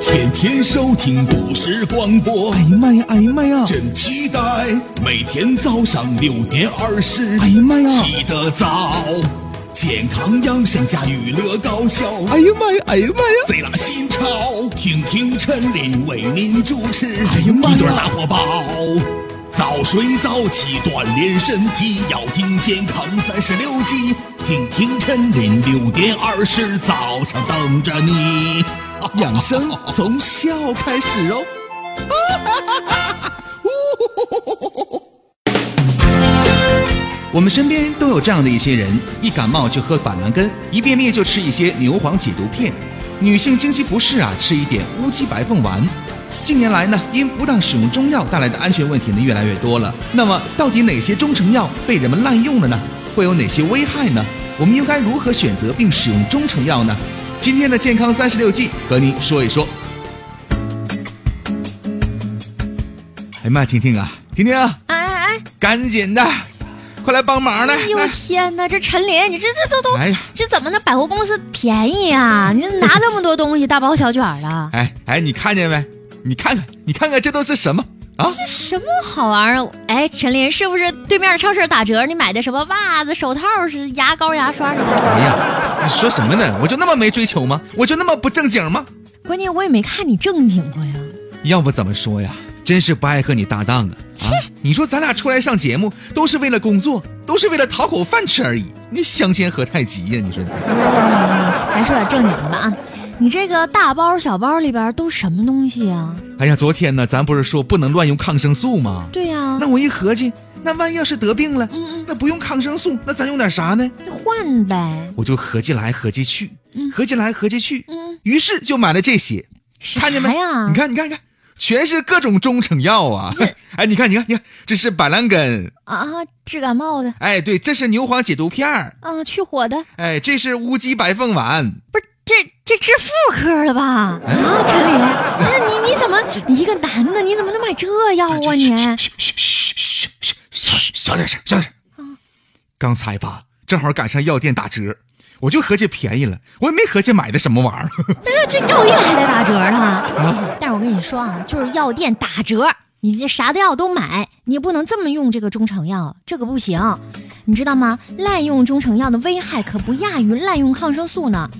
天天收听都市广播，哎呀妈呀！哎呀妈呀！真期待每天早上六点二十。哎呀妈呀起得早，健康养生加娱乐搞笑，哎呀妈呀！哎呀妈呀！贼拉新潮。听听陈琳为您主持，哎呀妈呀一对大火爆。早睡早起锻炼身体，要听健康三十六计。听听陈琳六点二十，早上等着你。 养生从笑开始哦。我们身边都有这样的一些人，一感冒就喝板蓝根，一便秘就吃一些牛黄解毒片。女性经期不适啊，吃一点乌鸡白凤丸。近年来呢，因不当使用中药带来的安全问题呢越来越多了。那么，到底哪些中成药被人们滥用了呢？会有哪些危害呢？我们应该如何选择并使用中成药呢？今天的健康三十六计和您说一说。哎妈，婷婷啊，婷婷啊，哎哎赶紧的，快来帮忙来哎！呦来，天哪，这陈琳，你这这都都哎呀，这怎么能百货公司便宜啊？你拿那么多东西，大包小卷儿的，哎哎，你看见没？你看看，你看看，这都是什么啊？这什么好玩意儿？哎，陈琳，是不是对面的超市打折，你买的什么袜子、手套、是牙膏、牙刷什么的？哎呀，你说什么呢？我就那么没追求吗？我就那么不正经吗？关键我也没看你正经过呀。要不怎么说呀？真是不爱和你搭档啊！啊，你说咱俩出来上节目，都是为了工作，都是为了讨口饭吃而已。你相煎何太急呀？你说你来说点正经的吧啊，你这个大包小包里边都什么东西啊？哎呀，昨天呢，咱不是说不能乱用抗生素吗？对呀、那我一合计，那万一要是得病了，嗯那不用抗生素，那咱用点啥呢？嗯，换呗。我就合计来合计去，合计来合计去，嗯，于是就买了这些，看见没？啥呀你看，你看，你看，全是各种中成药啊！ 哎，你看，你看，你看，这是板蓝根，啊，治感冒的，哎，对，这是牛黄解毒片儿，啊，去火的。哎，这是乌鸡白凤丸，不是这这治妇科的吧？啊，陈琳，不是你你怎么你一个男的你怎么能买这药啊你？嘘嘘嘘嘘嘘嘘，小点声，小点声。刚才吧，正好赶上药店打折，我就合计便宜了，我也没合计买的什么玩意儿 哎呀，这药店还得打折呢。啊。但是我跟你说啊，就是药店打折，你这啥的药都买，你也不能这么用这个中成药，这个不行，你知道吗？滥用中成药的危害可不亚于滥用抗生素呢。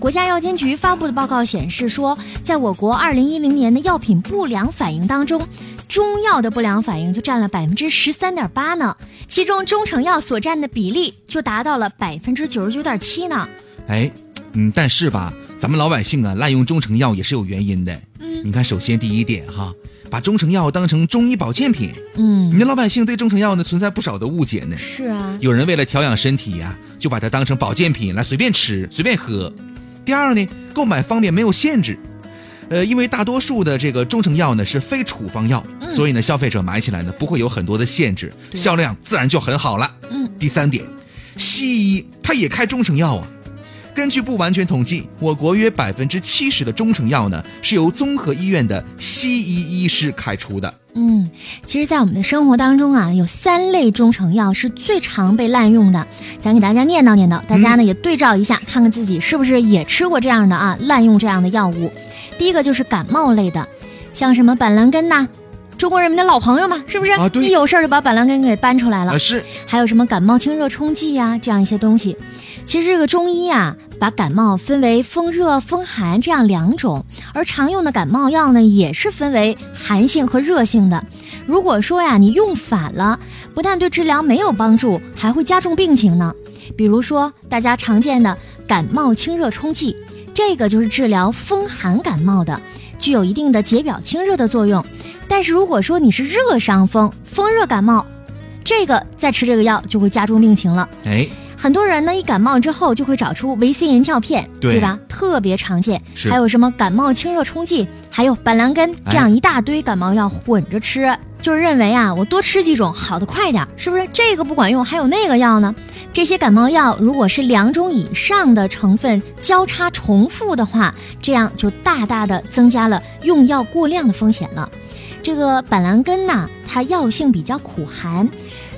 国家药监局发布的报告显示说，在我国2010年的药品不良反应当中，中药的不良反应就占了百分之十三点八呢，其中中成药所占的比例就达到了百分之九十九点七呢。哎，嗯，但是吧，咱们老百姓啊，滥用中成药也是有原因的。嗯你看，首先第一点哈，把中成药当成中医保健品，你嗯，们老百姓对中成药呢存在不少的误解呢。是啊，有人为了调养身体呀、就把它当成保健品来随便吃、随便喝。第二呢，购买方面没有限制。呃，因为大多数的这个中成药呢是非处方药，所以呢，消费者买起来呢不会有很多的限制，销量自然就很好了。嗯，第三点，西医它也开中成药啊。根据不完全统计，我国约百分之七十的中成药呢是由综合医院的西医医师开出的。嗯，其实，在我们的生活当中啊，有三类中成药是最常被滥用的。咱给大家念叨念叨，大家呢、也对照一下，看看自己是不是也吃过这样的啊，滥用这样的药物。第一个就是感冒类的，像什么板蓝根呐、中国人民的老朋友嘛，是不是？啊对一有事儿就把板蓝根给搬出来了。啊，是还有什么感冒清热冲剂呀、这样一些东西。其实这个中医啊，把感冒分为风热、风寒这样两种，而常用的感冒药呢，也是分为寒性和热性的。如果说呀，你用反了，不但对治疗没有帮助，还会加重病情呢。比如说大家常见的感冒清热冲剂，这个就是治疗风寒感冒的，具有一定的解表清热的作用。但是如果说你是热伤风、风热感冒，这个再吃这个药就会加重病情了。哎，很多人呢，一感冒之后就会找出维 C 银翘片，对吧？特别常见，是还有什么感冒清热冲剂，还有板蓝根这样一大堆感冒药混着吃，就是认为啊，我多吃几种好的快点儿，是不是？这个不管用，还有那个药呢。这些感冒药如果是两种以上的成分交叉重复的话，这样就大大的增加了用药过量的风险了。这个板蓝根呐、它药性比较苦寒，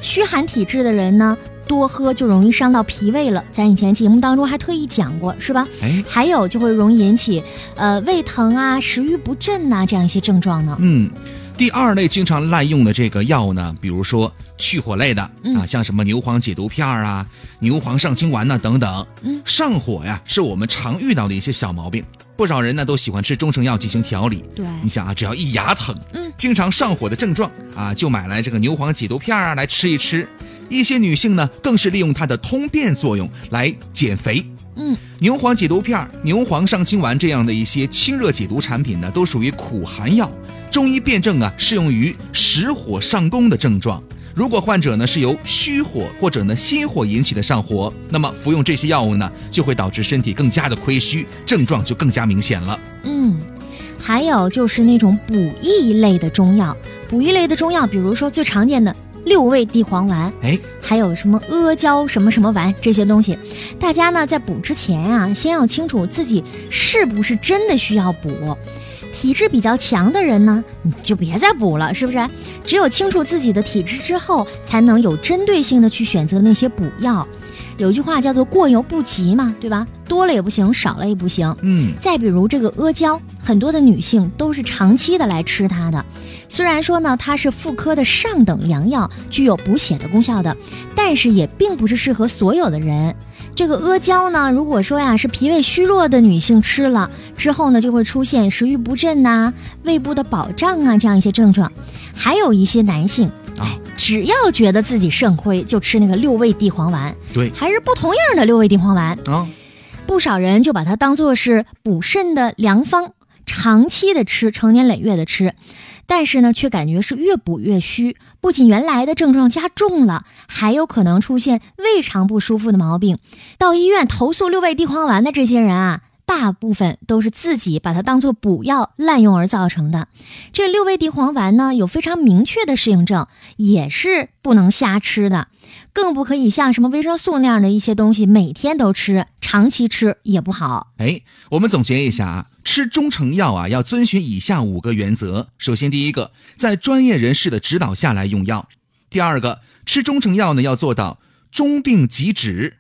虚寒体质的人呢，多喝就容易伤到脾胃了。咱以前节目当中还特意讲过，是吧？哎，还有就会容易引起呃胃疼啊、食欲不振呐、这样一些症状呢。嗯，第二类经常滥用的这个药呢，比如说去火类的、嗯啊，像什么牛黄解毒片儿啊、牛黄上清丸呐、等等。嗯上火呀是我们常遇到的一些小毛病，不少人呢都喜欢吃中成药进行调理。对你想啊，只要一牙疼，嗯经常上火的症状啊，就买来这个牛黄解毒片儿啊来吃一吃。一些女性呢，更是利用它的通便作用来减肥。嗯，牛黄解毒片儿、牛黄上清丸这样的一些清热解毒产品呢，都属于苦寒药。中医辩证啊，适用于实火上攻的症状。如果患者呢是由虚火或者呢心火引起的上火，那么服用这些药物呢，就会导致身体更加的亏虚，症状就更加明显了。嗯，还有就是那种补益类的中药，补益类的中药，比如说最常见的六味地黄丸，哎，还有什么阿胶什么什么丸这些东西，大家呢在补之前啊，先要清楚自己是不是真的需要补。体质比较强的人呢，你就别再补了，是不是？只有清楚自己的体质之后，才能有针对性的去选择那些补药。有句话叫做“过犹不及”嘛，对吧？多了也不行，少了也不行。嗯，再比如这个阿胶，很多的女性都是长期的来吃它的。虽然说呢，它是妇科的上等良药，具有补血的功效的，但是也并不是适合所有的人。这个阿胶呢，如果说呀是脾胃虚弱的女性吃了之后呢，就会出现食欲不振呐、胃部的饱胀啊这样一些症状。还有一些男性，啊哎，只要觉得自己肾亏，就吃那个六味地黄丸，对还是不同样的六味地黄丸。啊，不少人就把它当做是补肾的良方，长期的吃，成年累月的吃，但是呢，却感觉是越补越虚，不仅原来的症状加重了，还有可能出现胃肠不舒服的毛病。到医院投诉六味地黄丸的这些人啊。大部分都是自己把它当做补药滥用而造成的。这六味地黄丸呢，有非常明确的适应症，也是不能瞎吃的。更不可以像什么维生素那样的一些东西每天都吃，长期吃也不好。哎，我们总结一下啊，吃中成药啊要遵循以下五个原则。首先，第一个，在专业人士的指导下来用药；第二个，吃中成药呢要做到中病即止，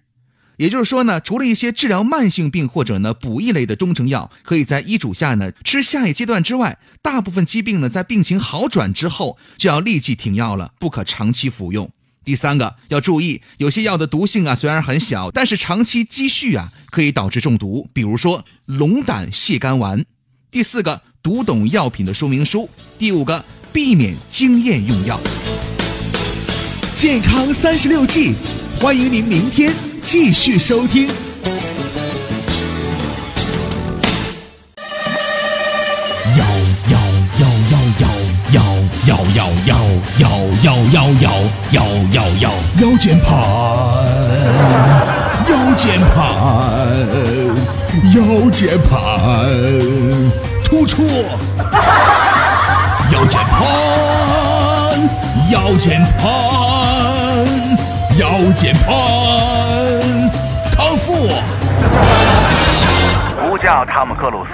也就是说呢，除了一些治疗慢性病或者呢补益类的中成药可以在医嘱下呢吃下一阶段之外，大部分疾病呢在病情好转之后就要立即停药了，不可长期服用。第三个要注意，有些药的毒性啊虽然很小，但是长期积蓄啊可以导致中毒，比如说龙胆泻肝丸。第四个，读懂药品的说明书。第五个，避免经验用药。健康三十六计，欢迎您明天继续收听。要要要要要要要要要要要要要要要腰间盘，腰间盘，腰间盘突出，腰间盘，腰间盘，腰间盘康复。不叫汤姆克鲁斯。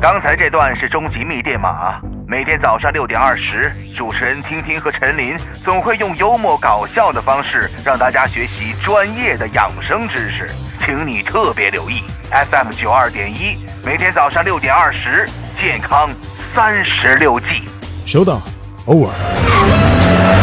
刚才这段是终极密电码。每天早上六点二十，主持人听听和陈琳总会用幽默搞笑的方式让大家学习专业的养生知识，请你特别留意 FM 九二点一，每天早上六点二十，健康三十六计。收到，偶尔。